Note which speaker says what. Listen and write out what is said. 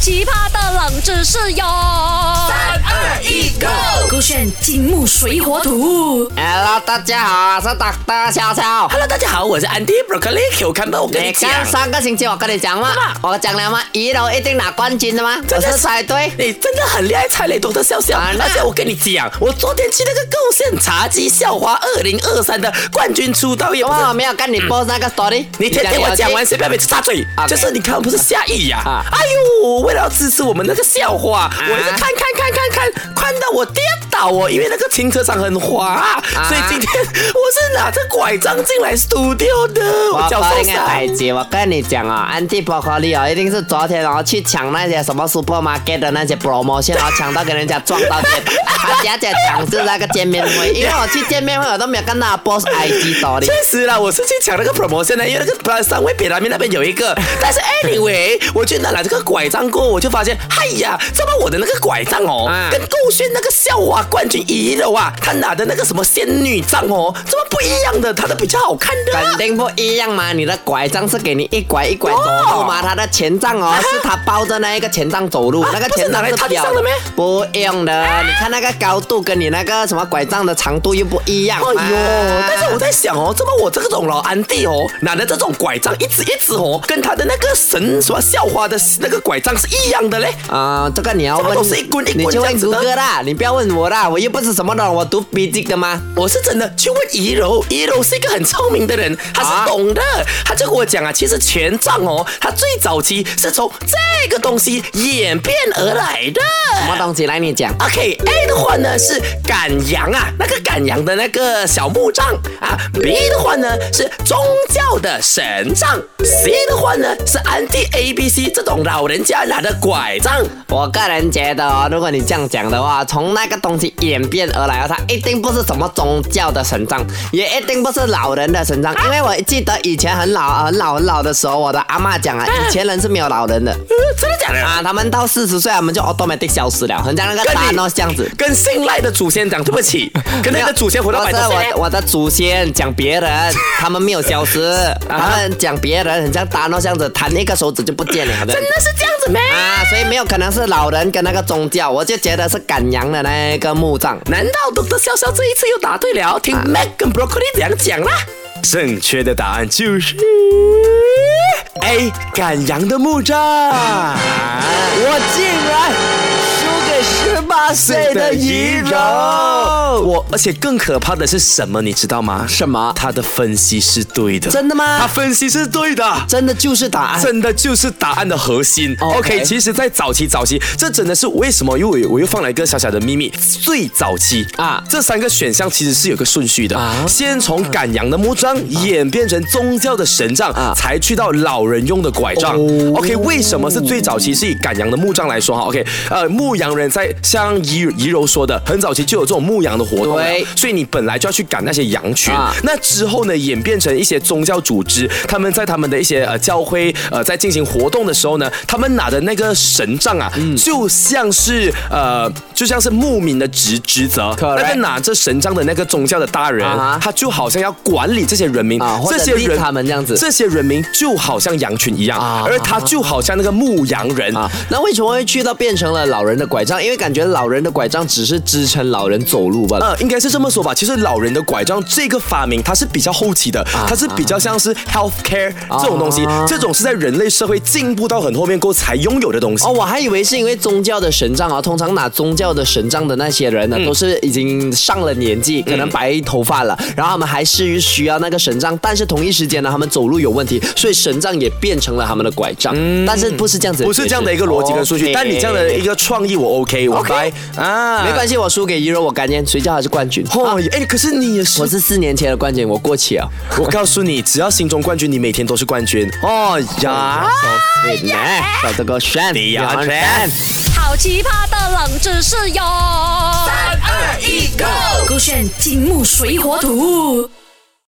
Speaker 1: 奇葩的冷知识哟！三
Speaker 2: 二一，Go！
Speaker 1: 勾选金木水火土。
Speaker 3: Hello，大家好，我是大大悄悄。
Speaker 2: Hello，大家好，我是 Andy Broccoli Q 看吧，我跟
Speaker 3: 你
Speaker 2: 你讲，
Speaker 3: 看上个星期我跟你讲嘛
Speaker 2: 是吧，
Speaker 3: 我讲了吗？一楼一定拿冠军的吗？我
Speaker 2: 真的
Speaker 3: 是猜对。
Speaker 2: 你真的很厉害，猜雷懂得笑笑。
Speaker 3: 啊那
Speaker 2: 而且我跟你讲，我昨天去那个购县茶鸡校花二零二三的冠军出道夜，
Speaker 3: 哇，我
Speaker 2: 哇！
Speaker 3: 没有跟你 post 那个 story，
Speaker 2: 你听听我讲完，谁不要每次插嘴
Speaker 3: OK
Speaker 2: 就是你看，不是下雨呀、
Speaker 3: 啊
Speaker 2: 哎呦，为了要支持我们那个校花，我一直看看看看看，看到我跌倒哦，因为那个停车场很滑，所以今天我是拿着拐杖进来 studio 的，我
Speaker 3: 我
Speaker 2: 脚
Speaker 3: 说
Speaker 2: 受
Speaker 3: 应该
Speaker 2: 伤。
Speaker 3: 百级，我跟你讲啊，anti broccoli 哦，一定是昨天然后去抢那些什么 supermarket 的那些 promotion，然后抢到给人家撞 到跌倒。他假假讲是那个见面会，因为我去见面会我都没有看到 boss IG story
Speaker 2: 确。实啦，我是去抢那个 promotion 的，因为那个三位北南面那边有一个。 但是 anyway，我去拿了这个拐杖过后，我就发现，嗨呀，怎么我的那个拐杖哦，
Speaker 3: 啊
Speaker 2: 跟顾炫那个校花冠军一的哇，他拿的那个什么仙女杖哦，怎么不一样的？他的比较好看的啊、
Speaker 3: 肯定不一样嘛！你的拐杖是给你一拐一拐走路嘛，他的前杖哦是他抱着那一个前杖走路，
Speaker 2: 啊
Speaker 3: 那个
Speaker 2: 不啊是
Speaker 3: 前杖
Speaker 2: 拿来烫
Speaker 3: 表
Speaker 2: 伤的咩
Speaker 3: 不用的，你看那个高度跟你那个什么拐杖的长度又不一样嘛。
Speaker 2: 哎呦！但是我在想哦，怎么我这种老安迪哦，拿的这种拐杖一直一直哦，跟他的那个神什么校花的那个拐杖是一样的嘞？
Speaker 3: 啊、这个你要问
Speaker 2: 这个都是一棍一棍
Speaker 3: 你就
Speaker 2: 这
Speaker 3: 问
Speaker 2: 样子
Speaker 3: 谷
Speaker 2: 的
Speaker 3: 歌啦，你不要问我啦，我又不是什么的，我读笔记的吗？
Speaker 2: 我是真的去问怡柔，怡柔是一个很聪明的人，她
Speaker 3: 啊
Speaker 2: 是懂的，她就跟我讲啊，其实权杖哦，它最早期是从这个东西演变而来的。
Speaker 3: 什么东西来你讲？
Speaker 2: OK，A 的话呢是赶羊啊，那个赶羊的那个小木杖啊。B 的话呢是宗教的神杖。C 的话呢是安迪 A B C 这种老人家拿的拐杖。呃
Speaker 3: 我个人觉得哦，如果你这样讲的话，从那个东西演变而来哦，它一定不是什么宗教的神杖，也一定不是老人的神杖，
Speaker 2: 啊
Speaker 3: 因为我记得以前很老很老很老的时候，我的阿嬷讲啊，以前人是没有老人的
Speaker 2: 呃真的假的？
Speaker 3: 啊，他们到四十岁，他们就 automatic 消失了，很像那个
Speaker 2: 跟
Speaker 3: 大
Speaker 2: 你
Speaker 3: 诺这样子。
Speaker 2: 跟信赖的祖先讲对不 起，跟那个祖先活到
Speaker 3: 我
Speaker 2: 百多
Speaker 3: 是
Speaker 2: 岁。
Speaker 3: 我我的祖先讲别人， 他们没有消失，
Speaker 2: 啊
Speaker 3: 他们讲别人很像大诺这样子，弹一个手指就不见了的。
Speaker 2: 真的是这样子咩？
Speaker 3: 啊，所以没有可能是老人跟那个宗教，我就觉得是赶羊的那个墓葬。
Speaker 2: 难道懂得潇潇这一次又答对了？听 Mac 跟 Broccoli 怎样讲啦？啊正确的答案就是 A 赶羊的木杖。
Speaker 3: 我竟然输给十八岁的怡柔，
Speaker 2: 我而且更可怕的是什么？你知道吗？
Speaker 3: 什么
Speaker 2: 他的分析是对的，
Speaker 3: 真的吗
Speaker 2: 他分析是对的。
Speaker 3: 真的就是答案。哦
Speaker 2: 真的就是答案的核心。
Speaker 3: OK
Speaker 2: OK，其实，在早期早期，这真的是为什么？因为我我又放了一个小小的秘密，最早期
Speaker 3: 啊
Speaker 2: 啊，这三个选项其实是有个顺序的，
Speaker 3: 啊嗯
Speaker 2: 先从赶羊的木杖演变成宗教的神杖，
Speaker 3: 啊
Speaker 2: 才去到老人用的拐杖。
Speaker 3: 哦
Speaker 2: OK，为什么是最早期是以赶羊的木杖来说哈？OK，呃，牧羊人在像怡怡柔说的，很早期就有这种牧羊的活动了
Speaker 3: 对，
Speaker 2: 所以你本来就要去赶那些羊群。
Speaker 3: 啊
Speaker 2: 那之后呢，演变成一些宗教组织，他们在他们的一些呃教会呃在进行活动的时候呢，他们拿的那个神杖啊，
Speaker 3: 嗯
Speaker 2: 就像是呃就像是牧民的职职责，
Speaker 3: Correct
Speaker 2: 那个拿着神杖的那个宗教的大人
Speaker 3: 啊哈
Speaker 2: 他就好像要管理这些人民，
Speaker 3: 啊或者
Speaker 2: 这些
Speaker 3: 立
Speaker 2: 人
Speaker 3: 他们这样子
Speaker 2: 这些人民就好像羊群一样，
Speaker 3: 啊
Speaker 2: 而他就好像那个牧羊人。
Speaker 3: 啊，那为什么会去到变成了老人的拐杖？因为感觉老人的拐杖只是支撑老人走路罢了。
Speaker 2: 呃，应该是这么说吧。其实老人的拐杖这个发明，它是比较后期的，
Speaker 3: 啊
Speaker 2: 它是比较像是 healthcare 这种东西，这种是在人类社会进步到很后面过后才拥有的东西
Speaker 3: 哦，。我还以为是因为宗教的神杖啊，通常拿宗教的神杖的那些人呢，
Speaker 2: 嗯
Speaker 3: 都是已经上了年纪，可能白头发了，
Speaker 2: 嗯
Speaker 3: 然后他们还是需要那个神杖，但是同一时间呢，他们走路有问题，所以神杖也变成了他们的拐杖，但是不是这样子
Speaker 2: 嗯
Speaker 3: 解释，哦
Speaker 2: 不是这样的一个逻辑跟数据，
Speaker 3: OK
Speaker 2: 但你这样的一个创意我 OK，我
Speaker 3: OK
Speaker 2: 拜啊，
Speaker 3: 没
Speaker 2: 系。
Speaker 3: 关系，我输给一柔，我甘愿，谁叫他是冠军？
Speaker 2: 哦，哎，可是你也是
Speaker 3: 我，是四年前的冠军，我过期了。
Speaker 2: 我告诉你，只要心中冠军，你每天都是冠军。哦呀，
Speaker 3: 找这个选，
Speaker 2: 你呀
Speaker 3: 杨
Speaker 2: 选
Speaker 3: 轩
Speaker 1: 好奇葩的冷知识哟！三
Speaker 2: 二一 go
Speaker 1: 勾选金木水火土。